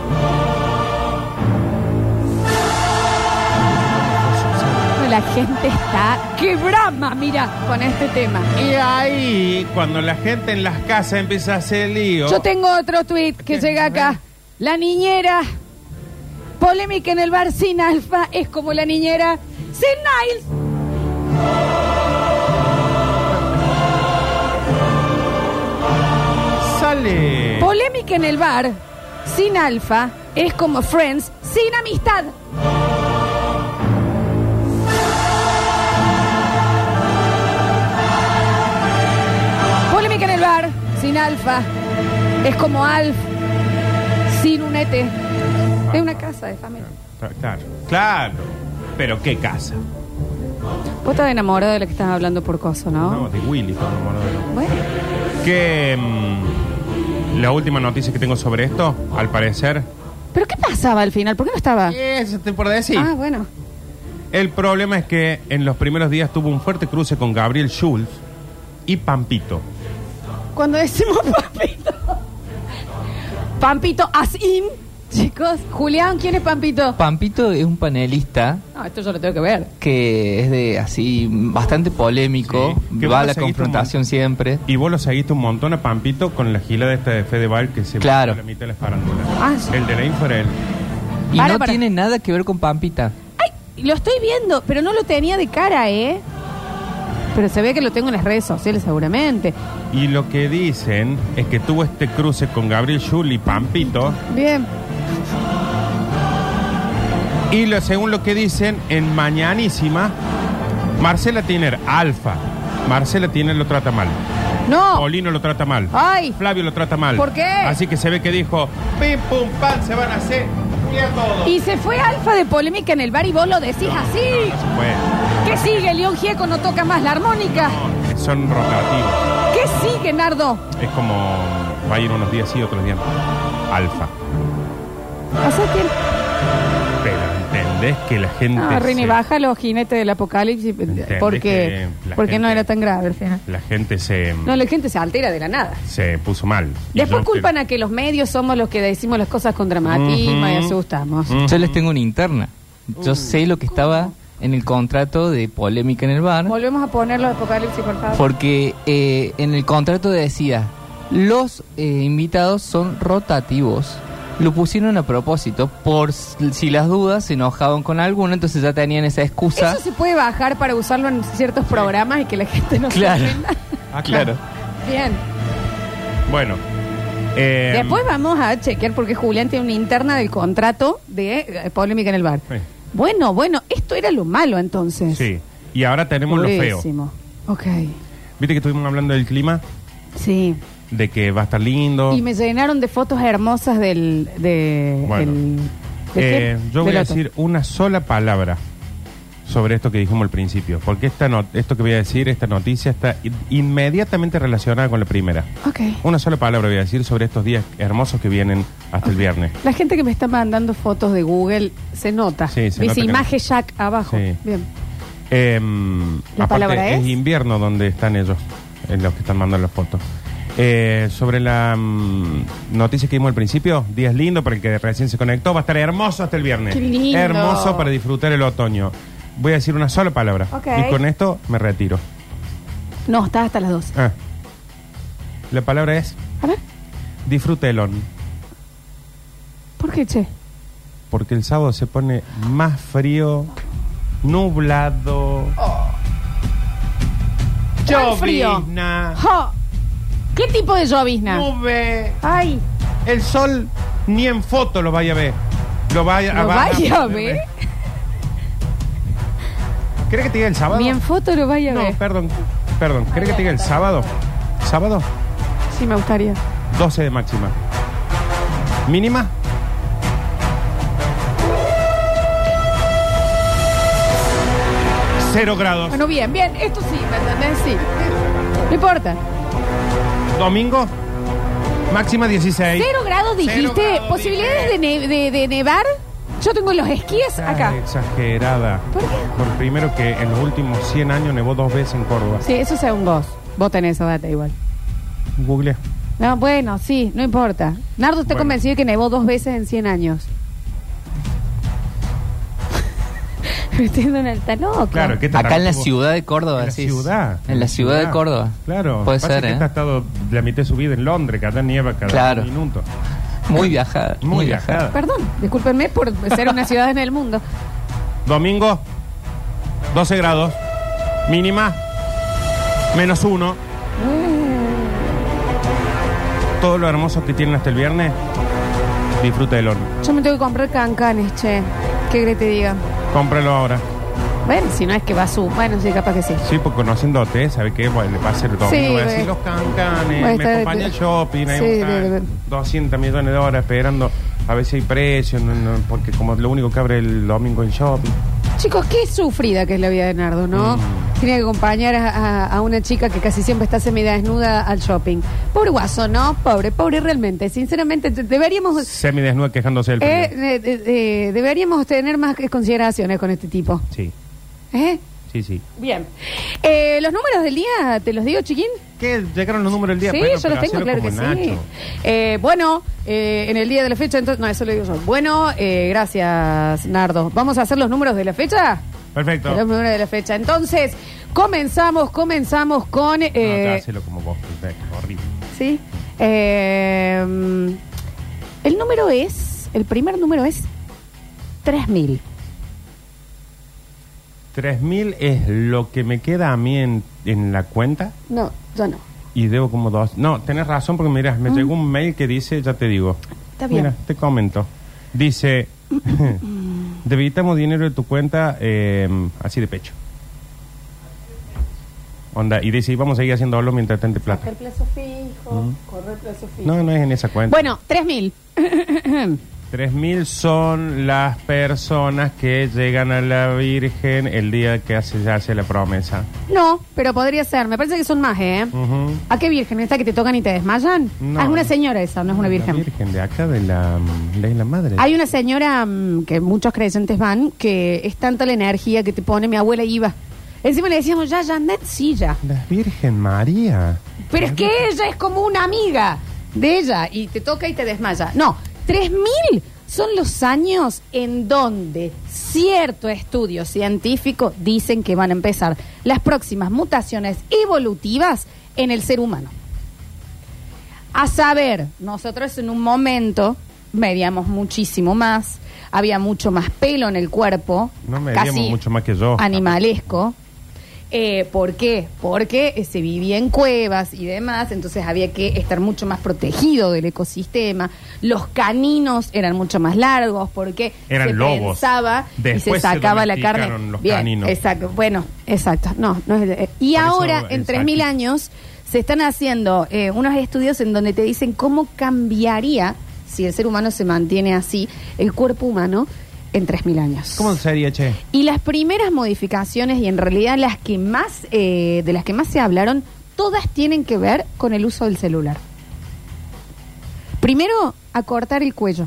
Bueno, La gente está que brama, mira, con este tema. Y ahí, cuando la gente en las casas empieza a hacer lío. Yo tengo otro tweet que Ok, llega a ver. acá. La niñera. Polémica en el bar sin alfa es como la niñera sin Niles. Sale. Polémica en el bar sin alfa es como Friends sin amistad. Polémica en el bar sin alfa es como Alf sin un ET. Es una casa de familia. Claro, claro. Pero qué casa. Vos estás enamorado de la que estás hablando por coso, No, ¿no? de Willy, por amor de Dios. Bueno, Que. mm, la última noticia que tengo sobre esto, al parecer. ¿pero qué pasaba al final? ¿Por qué no estaba? Eso te por decir. Ah, bueno. El problema es que en los primeros días tuvo un fuerte cruce con Gabriel Schulz y Pampito. Cuando decimos Pampito. Pampito as in. Chicos, Julián, ¿quién es Pampito? Pampito es un panelista No, Ah, esto yo lo tengo que ver. que es de así bastante polémico, Sí, que va vos a lo la seguiste un confrontación siempre. Y vos lo seguiste un montón a Pampito con la gila de esta de Fedeval que se Claro. puso a la mitad de las farándulas. Ah, sí. El de la info era él. Y Para, no para. tiene nada que ver con Pampita. Ay, lo estoy viendo, pero no lo tenía de cara, ¿eh? Pero se ve que lo tengo en las redes sociales seguramente. Y lo que dicen es que tuvo este cruce con Gabriel Schulz y Pampito. Bien. Y lo, según lo que dicen, en Mañanísima, Marcela Tiner, Alfa. Marcela Tiner lo trata mal. No. Paulino lo trata mal. Ay. Flavio lo trata mal. ¿Por qué? Así que se ve que dijo, pim, pum, pan, se van a hacer. y a todo. Y se fue alfa de polémica en el bar y vos lo decís así. No se puede. ¿Qué sigue? León Gieco no toca más la armónica. No, son rotativos. ¿Qué sigue, Nardo? Es como va a ir unos días sí, otros días no. Alfa. ¿Pasa que Pero entendés que la gente. No, Rini, se- baja los jinetes del apocalipsis eh, Entendés porque, que la porque no gente- Mm. era tan grave al final. La gente se, No, la gente se altera de la nada. se puso mal. Después culpan a que los medios somos los que decimos las cosas con dramatismo y Ujú. Mm. asustamos. Yo les tengo una interna. Uh. Yo sé lo que estaba en el contrato de polémica en el bar. Volvemos a poner los apocalipsis, por favor. Porque eh, en el contrato decía, los eh, invitados son rotativos. Lo pusieron a propósito, por s- si las dudas se enojaban con alguno, entonces ya tenían esa excusa. Eso se puede bajar para usarlo en ciertos programas y que la gente no Claro. se ofenda. Ah, Claro. Bien. Bueno. eh, Después vamos a chequear porque Julián tiene una interna del contrato de eh, polémica en el bar. Sí. Bueno, bueno, esto era lo malo entonces. Sí. Y ahora tenemos lo feo. Purísimo. Ok. Viste que estuvimos hablando del clima, Sí. de que va a estar lindo. Y me llenaron de fotos hermosas del. De, Bueno. del- Eh, qué? yo voy Del a otro. decir una sola palabra sobre esto que dijimos al principio, porque esta no- esto que voy a decir, esta noticia, está in- inmediatamente relacionada con la primera. Ok. Una sola palabra voy a decir sobre estos días hermosos que vienen hasta el viernes. La gente que me está mandando fotos de Google se nota. Sí, Dice se nota que imagen Jack abajo. Sí. Bien. Em, ¿La aparte, palabra es? invierno donde están ellos, en los que están mandando las fotos. Eh, sobre la mm, noticia que vimos al principio, días lindos para el que recién se conectó, va a estar hermoso hasta el viernes. Qué lindo. Hermoso para disfrutar el otoño. Voy a decir una sola palabra. Ok. Y con esto me retiro. No, está hasta las 12. Ah. La palabra es A ver, disfrútelón. ¿por qué, che? Porque el sábado se pone más frío, nublado. ¿Cuál frío? Llovizna. ¡Jo! ¿Qué tipo de llovizna? Nube. Ay, El sol ni en foto lo vaya a ver. Lo vaya, ¿Lo va- vaya a ver? ¿Crees que te diga el sábado? ni en foto lo vaya a No, ver. perdón. Perdón. ¿Crees que te diga el sábado? ¿Sábado? Sí, me gustaría. 12 de máxima. ¿Mínima? Cero grados. Bueno, bien, bien, esto sí, ¿me entendés? Sí. No importa. Domingo, máxima 16. Cero grados dijiste, grados, posibilidades de, ne- de- de nevar. Yo tengo los esquíes Ah, acá. Exagerada. ¿Por qué? Por primero que en los últimos 100 años nevó dos veces en Córdoba. Sí, eso según vos. Vos tenés esa data igual. Google. No, bueno, sí, no importa. Nardo está Bueno. convencido de que nevó dos veces en 100 años. Me estoy dando una alta loca. Claro, ¿qué tal? Acá en la Estuvo- ciudad de Córdoba, En la decís. ciudad. En la ciudad de Córdoba. Claro. Puede Pasa ser, que ¿eh? esta ha estado la mitad de su vida en Londres, cada nieva cada Claro. minuto. Muy viajada. Muy viajada. Perdón, discúlpenme por ser una ciudad en el mundo. Domingo, 12 grados. Mínima, menos uno. Todo lo hermoso que tienen hasta el viernes, disfruta del horno. Yo me tengo que comprar cancanes, che. ¿Qué que te diga? Cómpralo ahora. Bueno, si no es que va a su. Bueno, sí, capaz que sí. Sí, porque conociéndote, ¿sabes qué? Bueno, va a ser domingo. Sí, va a ve. decir los cancanes, Va a me estar- acompaña el shopping, ahí Sí, vos estás, ve, ve. 200 millones de horas esperando a ver si hay precio, no, no, porque como lo único que abre el domingo el shopping. Chicos, qué sufrida que es la vida de Nardo, ¿no? Mm. Tenía que acompañar a, a- a una chica que casi siempre está semidesnuda al shopping. Pobre guaso, ¿no? Pobre, pobre realmente. Sinceramente, te- deberíamos... Semidesnuda quejándose del frío. eh, eh, eh, eh, deberíamos tener más que consideraciones con este tipo. Sí, ¿Eh? sí, sí. Bien. Eh, los números del día, ¿te los digo, chiquín? ¿Qué? ¿Llegaron los números del día? Sí, Bueno, yo los pero tengo, hacelo claro que como Nacho. sí. Eh, bueno, eh, en el día de la fecha, entonces... No, eso lo digo yo. Bueno, eh, gracias, Nardo. ¿Vamos a hacer los números de la fecha? Perfecto. Los números de la fecha. Entonces, comenzamos, comenzamos con. eh, No, te hacelo como vos, es horrible. sí. Eh, mm, el número es. El primer número es 3000. 3.000 es lo que me queda a mí en, en la cuenta No, yo no. y debo como dos. No, tenés razón porque mirá, Mm. me llegó un mail que dice, ya te digo. Está bien. Mira, te comento. Dice, debitamos dinero de tu cuenta eh, así de pecho. Onda, y dice, y vamos a seguir haciéndolo mientras tente plata. plazo fijo, corre el plazo fijo. No, no es en esa cuenta. Bueno, 3000. 3.000 son las personas que llegan a la Virgen el día que hace, se hace la promesa. No, pero podría ser. Me parece que son más, ¿eh? Ujú. ¿A qué virgen? ¿Esta que te tocan y te desmayan? Mm. No. Ah, es una señora esa, no es una virgen. La virgen de acá, de la, mm, de la madre. Hay una señora mm, que muchos creyentes van, que es tanta la energía que te pone, mi abuela iba. Encima le decíamos, ya, ya, net, sí, ya. La Virgen María. Pero es que ella es como una amiga de ella y te toca y te desmaya. No, 3000 son los años en donde cierto estudio científico dicen que van a empezar las próximas mutaciones evolutivas en el ser humano. A saber, nosotros en un momento medíamos muchísimo más, había mucho más pelo en el cuerpo, No medíamos mucho más que yo. animalesco. Eh, ¿Por qué? Porque eh, se vivía en cuevas y demás, entonces había que estar mucho más protegido del ecosistema. Los caninos eran mucho más largos porque Eran se lobos. pensaba y se Después se sacaba la carne. domesticaron los Bien, caninos. exacto. Bueno, exacto. No, no es de- eh, y Por eso ahora, en el 3.000 saque. años, se están haciendo eh, unos estudios en donde te dicen cómo cambiaría, si el ser humano se mantiene así, el cuerpo humano en 3.000 años. ¿Cómo sería, che? Y las primeras modificaciones, y en realidad las que más, eh, de las que más se hablaron, todas tienen que ver con el uso del celular. Primero, acortar el cuello.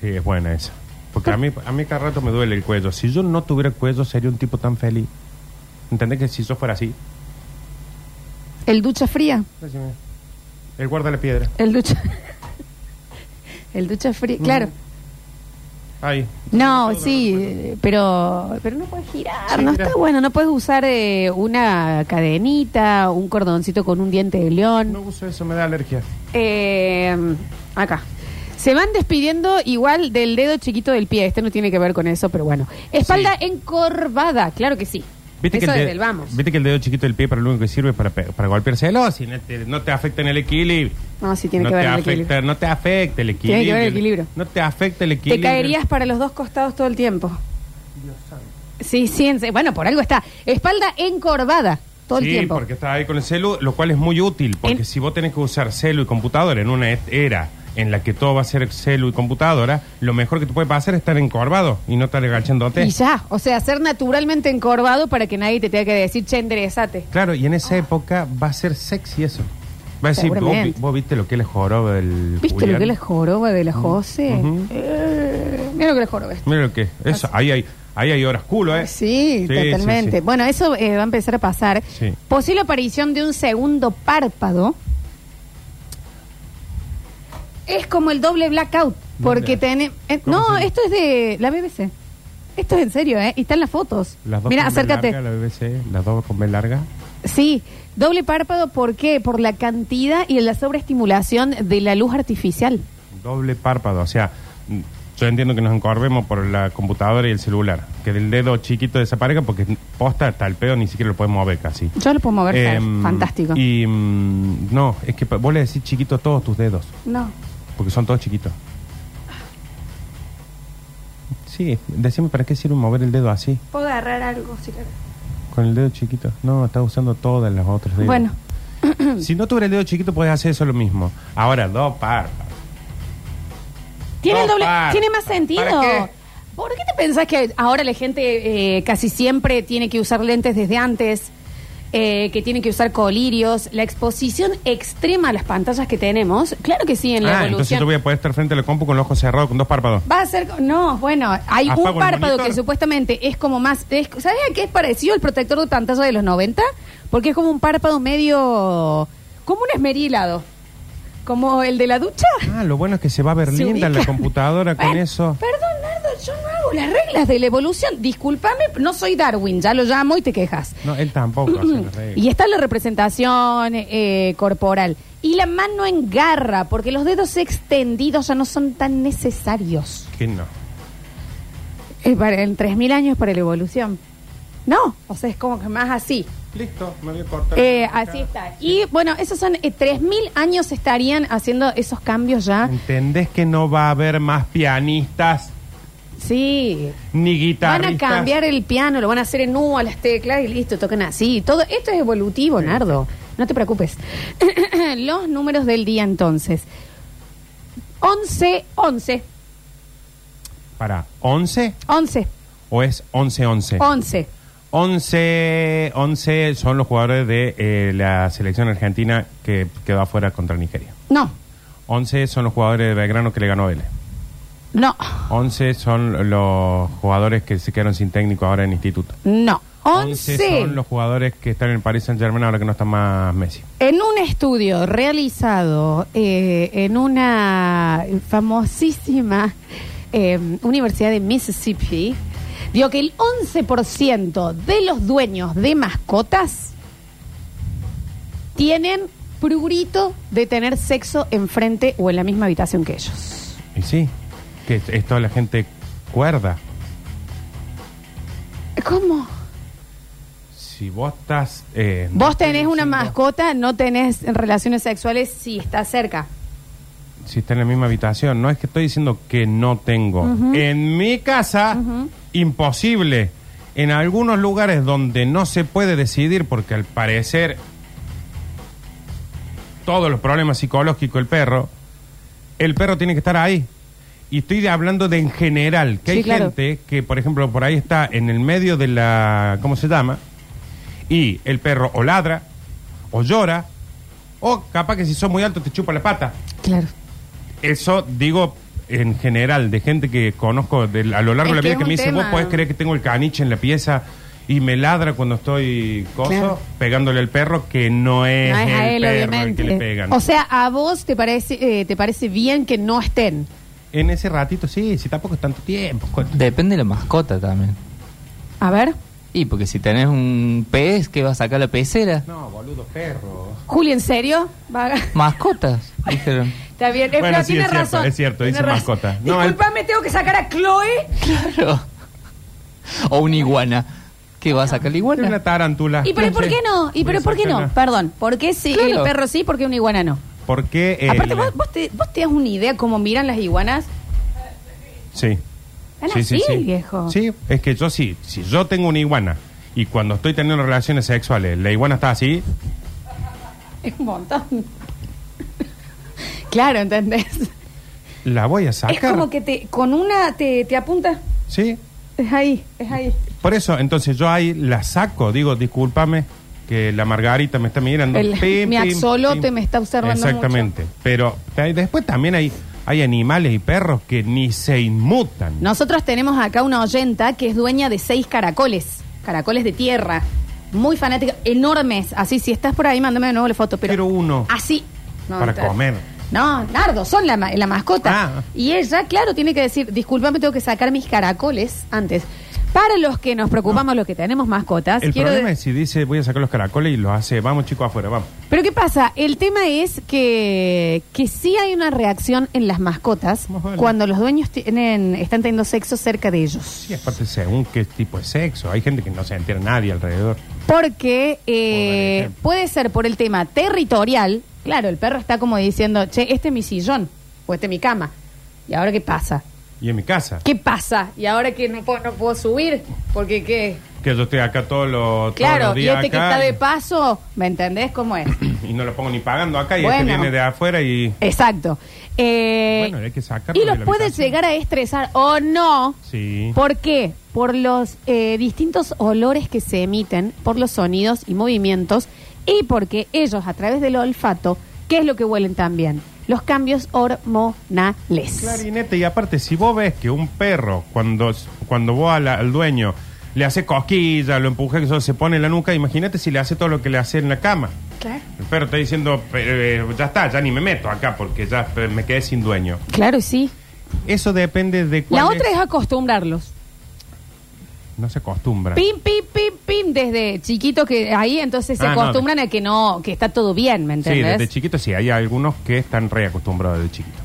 Sí, es buena esa. Porque a mí, a mí cada rato me duele el cuello. Si yo no tuviera cuello, sería un tipo tan feliz. ¿Entendés que si yo fuera así? El ducha fría. Decime. El guarda la piedra. El ducha. el ducha fría, claro. Ahí. No, sí, eh, pero, pero no puedes girar, no está bueno, no puedes usar eh, una cadenita, un cordoncito con un diente de león. No uso eso, me da alergia. Eh, acá. Se van despidiendo igual del dedo chiquito del pie. Este no tiene que ver con eso, pero bueno. Espalda encorvada, claro que sí. eso el desde dedo- el vamos. viste que el dedo chiquito del pie para lo único que sirve es para, pe- para golpeárselo, si no te, no te afecta en el equilibrio. No, sí, tiene no que ver te con el afecta, equilibrio. No te afecta el equilibrio. que ver el equilibrio. No te afecta el Te equilibrio. caerías para los dos costados todo el tiempo. Sí, sí, en se- bueno, por algo está. Espalda encorvada todo el Sí, tiempo. porque estás ahí con el celu, lo cual es muy útil, porque En- si vos tenés que usar celu y computadora en una et- era en la que todo va a ser celu y computadora, lo mejor que te puede pasar es estar encorvado y no estar agachándote. Y ya, o sea, ser naturalmente encorvado para que nadie te tenga que decir, che, enderezate. Claro, y en esa época va a ser sexy eso. Va a decir, vos, vi- Seguramente. vos viste lo que es el joroba del ¿Viste lo Julián? que es la joroba de la José? Eh, mira lo que es la joroba. Mira lo que es. Eso, ahí hay, ahí hay horas culo, ¿eh? Sí, totalmente. sí, sí. Bueno, eso eh, va a empezar a pasar. Sí. Posible aparición de un segundo párpado. Es como el doble blackout, porque tiene... eh, ¿Cómo no, se- esto es de la BBC. Esto es en serio, ¿eh? Y están las fotos. Las dos Mira, con B acércate. larga, la BBC, las dos con B larga. Sí, doble párpado, ¿por qué? Por la cantidad y la sobreestimulación de la luz artificial. Doble párpado, o sea, mm, yo entiendo que nos encorvemos por la computadora y el celular, que del dedo chiquito desaparezca porque posta hasta el pedo ni siquiera lo podemos mover casi. Yo lo puedo mover, Eh, Fer, fantástico. Y mm, no, es que pa- vos le decís chiquito a todos tus dedos, No. porque son todos chiquitos. Sí, decime para qué sirve mover el dedo así, Puedo agarrar algo, si con el dedo chiquito. No, estás usando todas las otras dedos. Bueno, Si no tuviera el dedo chiquito, podés hacer eso lo mismo. Ahora, dos párpados. Tiene el No, doble, para, tiene más para, sentido. ¿para qué? ¿Por qué te pensás que ahora la gente eh, casi siempre tiene que usar lentes desde antes? eh, que tiene que usar colirios, la exposición extrema a las pantallas que tenemos, claro que sí en la Ah, entonces evolución. yo voy a poder estar frente a la compu con los ojos cerrados, con dos párpados. Va a ser, no, bueno, hay Apago un el párpado monitor. que supuestamente es como más, es- ¿sabes a qué es parecido el protector de pantalla de los 90? Porque es como un párpado medio, como un esmerilado, como el de la ducha. Ah, lo bueno es que se va a ver Se linda la ubica. computadora con Bueno, eso. Perdón, Nardo, yo no hago las reglas de la evolución. Discúlpame, no soy Darwin, ya lo llamo y te quejas. No, él tampoco. hace las reglas. Y está la representación eh, corporal. Y la mano en garra, porque los dedos extendidos ya no son tan necesarios. Que no. Eh, para- en 3.000 años para la evolución. No, o sea, es como que más así. Listo, me voy a cortar. Eh, así está. Y bueno, esos son eh, 3.000 años estarían haciendo esos cambios ya. Mm. ¿Entendés que no va a haber más pianistas Sí, ni Van a guitarristas? cambiar el piano, lo van a hacer en U a las teclas y listo, tocan así. Todo esto es evolutivo, Nardo. No te preocupes. Los números del día entonces. 11, 11, ¿Para 11 11, o es 11-11? 11. 11 11 son los jugadores de eh, la selección argentina que quedó afuera contra Nigeria. No, 11 son los jugadores de Belgrano que le ganó Vélez. no, 11 son los jugadores que se quedaron sin técnico ahora en instituto. no. 11 11. son los jugadores que están en el Paris Saint Germain ahora que no está más Messi. En un estudio realizado eh, en una famosísima eh, Universidad de Mississippi, dio que el 11% de los dueños de mascotas tienen prurito de tener sexo enfrente o en la misma habitación que ellos. Y sí, que es, es toda la gente cuerda. ¿Cómo? Si vos estás... eh, Vos tenés una si vos- mascota, no tenés relaciones sexuales si está cerca. Si está en la misma habitación. No es que estoy diciendo que no tengo. En mi casa, imposible. En algunos lugares donde no se puede decidir porque al parecer todos los problemas psicológicos del perro, el perro tiene que estar ahí. Y estoy de- hablando de en general, que Sí, hay claro. gente que, por ejemplo, por ahí está en el medio de la... ¿Cómo se llama? Y el perro o ladra, o llora, o capaz que si sos muy alto te chupa la pata. Claro. Eso digo en general, de gente que conozco del- a lo largo Es de la que vida es que un me dice, tema. vos podés creer que tengo el caniche en la pieza y me ladra cuando estoy coso, Claro. pegándole al perro, que no es, No es el a él, perro el obviamente. que le pegan. O sea, a vos te parece, eh, te parece bien que no estén. En ese ratito, sí, si tampoco es tanto tiempo. Juan. Depende de la mascota también. A ver, Y porque si tenés un pez que va a sacar la pecera. No, boludo, perro. Juli, ¿en serio? Va- Mascotas, dijeron. Está bien, eh, Bueno, pero sí, tiene es cierto, razón. es cierto, Tiene dice razón. mascota. No, Disculpame, tengo que sacar a Chloe Claro. O una iguana. Que va a sacar Es la iguana. una tarántula. ¿Y pero por qué no? ¿Y pero por qué no? Perdón, ¿por qué sí Claro. el perro sí, por qué una iguana no? ¿Por qué? eh, el- Aparte, ¿vos, vos te, vos te das una idea cómo miran las iguanas? Sí. Están así, viejo. Sí, es que yo sí, si yo tengo una iguana y cuando estoy teniendo relaciones sexuales, la iguana está así, Es un montón. claro, ¿entendés? la voy a sacar. Es como que te, con una te, te apunta. Sí, Es ahí, es ahí. por eso, entonces yo ahí la saco, digo, discúlpame que la margarita me está mirando. El- mi axolote me está observando mucho. Exactamente. Pero eh, después también hay, hay animales y perros que ni se inmutan. Nosotros tenemos acá una oyenta que es dueña de seis caracoles, caracoles de tierra, muy fanática, enormes. Así, si estás por ahí, mándame de nuevo la foto. Pero Quiero uno. Así. Para está- comer. No, Nardo, son la, ma- la mascota. Ah. Y ella, claro, tiene que decir, disculpame, tengo que sacar mis caracoles antes. Para los que nos preocupamos, los que tenemos mascotas, El quiero problema de- es si dice voy a sacar los caracoles y los hace, vamos chicos afuera, vamos. Pero ¿qué pasa? El tema es que, que sí hay una reacción en las mascotas Más vale. cuando los dueños tienen, están teniendo sexo cerca de ellos. Sí, aparte según qué tipo de sexo. Hay gente que no se entera nadie alrededor. Porque eh, Por ejemplo. puede ser por el tema territorial. Claro, el perro está como diciendo, che, este es mi sillón o este es mi cama. ¿Y ahora qué pasa? Y en mi casa, ¿Qué pasa? ¿Y ahora que no puedo, no puedo subir? Porque qué... que yo estoy acá todos los, todos Claro, los y días este que acá está de y- paso, ¿me entendés cómo es? y no lo pongo ni pagando acá y este Bueno. viene de afuera y Exacto. Eh, Bueno, hay que sacarlo y de los la puede habitación. llegar a estresar o no. sí. ¿Por qué? Por los eh, distintos olores que se emiten, por los sonidos y movimientos, y porque ellos a través del olfato, ¿qué es lo que huelen también? Los cambios hormonales. Clarinete y aparte si vos ves que un perro cuando cuando vos a la- al dueño le hace cosquillas, lo empuja que eso se pone en la nuca, imagínate si le hace todo lo que le hace en la cama. Claro. El perro está diciendo, "Pero, eh, ya está, ya ni me meto acá porque ya eh, me quedé sin dueño. Claro, y sí. Eso depende de cuál La otra es acostumbrarlos. No se acostumbra. Pim, pim, pim, pim, desde chiquito que ahí entonces se Ah, no, acostumbran a que no, que está todo bien, ¿me Sí, entendés? desde chiquito sí, hay algunos que están reacostumbrados desde chiquito.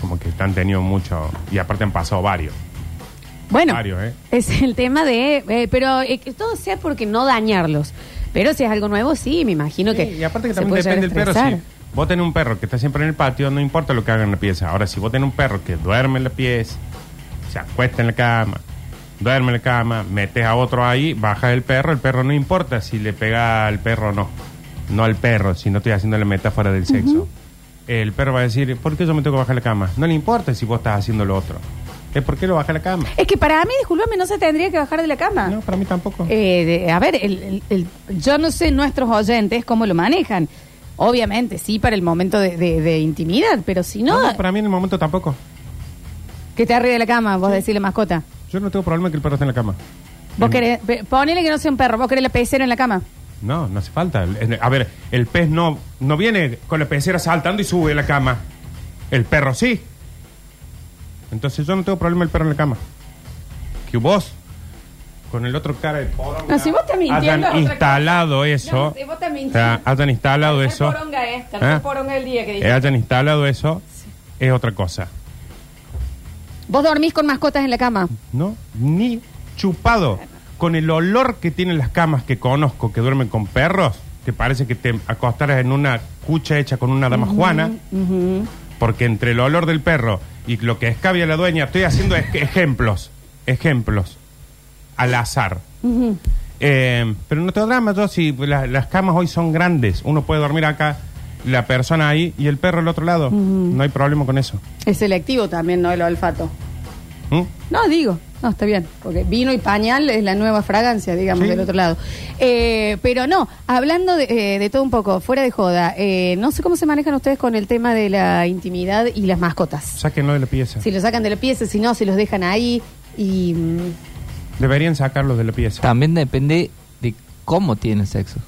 Como que han tenido mucho, y aparte han pasado varios. bueno, Varios, ¿eh? es el tema de, eh, pero eh, que todo sea porque no dañarlos. Pero si es algo nuevo, sí, me imagino que. Sí, y aparte que se también puede llegar depende del perro. a Si estresar. vos tenés un perro que está siempre en el patio, no importa lo que haga en la pieza. Ahora, si vos tenés un perro que duerme en la pieza, se acuesta en la cama, duerme en la cama, metes a otro ahí, bajas el perro, el perro no importa si le pega al perro o no. No al perro, si no estoy haciendo la metáfora del sexo. El perro va a decir, ¿por qué yo me tengo que bajar la cama? No le importa si vos estás haciendo lo otro. Es por qué lo baja la cama. Es que para mí, disculpame, no se tendría que bajar de la cama. No, para mí tampoco. Ah. Eh, de- a ver, el- el- el- yo no sé nuestros oyentes cómo lo manejan. Obviamente, sí, para el momento de, de- de intimidad, pero si no, No, no, para mí en el momento tampoco. que esté arriba de la cama, vos decís la mascota. Yo no tengo problema que el perro esté en la cama. Vos querés, pe- ponele que no sea un perro, vos querés la pecera en la cama. No, no hace falta. El- A ver, el pez no, no viene con la pecera saltando y sube a la cama. El perro sí. Entonces yo no tengo problema el perro en la cama. Que vos, con el otro cara de poronga, No, si vos estás mintiendo, es hayan otra instalado No, eso. si vos estás o sea, mintiendo. hayan instalado Tercer eso. poronga, eh, tercer ¿eh? poronga el día que dije. Eh, hayan instalado eso, es otra cosa. Vos dormís con mascotas en la cama. ¿no? Ni chupado. Con el olor que tienen las camas que conozco que duermen con perros, que parece que te acostaras en una cucha hecha con una dama juana, porque entre el olor del perro y lo que escabia la dueña, estoy haciendo ej- ejemplos, ejemplos, al azar. Eh, pero no te drama, yo si la- las camas hoy son grandes, uno puede dormir acá, la persona ahí y el perro al otro lado, no hay problema con eso. Es selectivo también, ¿no? El olfato. ¿Mm? No, digo, no, está bien, porque vino y pañal es la nueva fragancia, digamos, Sí. del otro lado. Eh, pero no, hablando de, eh, de todo un poco, fuera de joda, eh, no sé cómo se manejan ustedes con el tema de la intimidad y las mascotas. Sáquenlo de la pieza. Si los sacan de la pieza, si no, si los dejan ahí y... mm, Deberían sacarlos de la pieza. También depende de cómo tiene sexo.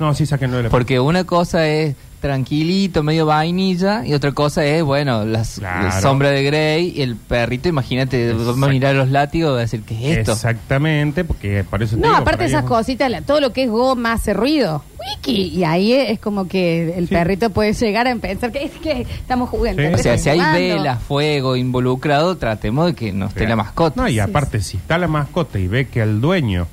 No, sí, sáquenlo de la Porque una cosa es tranquilito, medio vainilla, y otra cosa es, bueno, las, Claro. la sombra de Grey y el perrito, imagínate, vamos a mirar los látigos y va a decir, ¿qué es esto? Exactamente, porque por eso te No, digo, aparte por ahí esas es- cositas, la- todo lo que es goma hace ruido. Wiki. Y ahí es como que el Sí. perrito puede llegar a pensar que es que estamos jugando. Sí. O sea, estamos si hay jugando. velas, fuego involucrado, tratemos de que no esté la mascota. No, y Sí, aparte, si está la mascota y ve que al dueño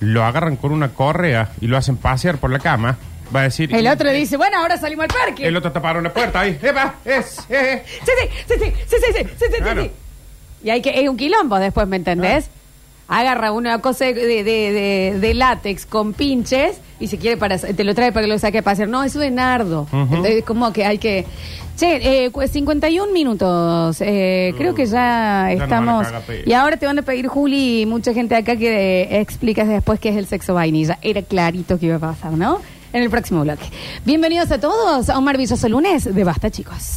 lo agarran con una correa y lo hacen pasear por la cama, va a decir. El otro dice, bueno, ahora salimos al parque. El otro taparon la puerta ahí. ¡Epa! ¡Es! eh, eh". Sí, sí, sí, sí, sí, sí, sí, sí, sí, sí, Claro. sí. Y hay que, es un quilombo después, ¿me entendés? Agarra una cosa de, de, de- de látex con pinches y si quiere para te lo trae para que lo saque a pasear. No, eso es nardo. Ujú. Entonces, como que hay que... Che, eh, cu- 51 minutos. Eh, creo que ya Ya nos van a estamos... cagar pedo. y ahora te van a pedir, Juli, y mucha gente acá que eh, explicas después qué es el sexo vainilla. Era clarito que iba a pasar, ¿no? En el próximo bloque. Bienvenidos a todos a un maravilloso lunes de Basta, chicos.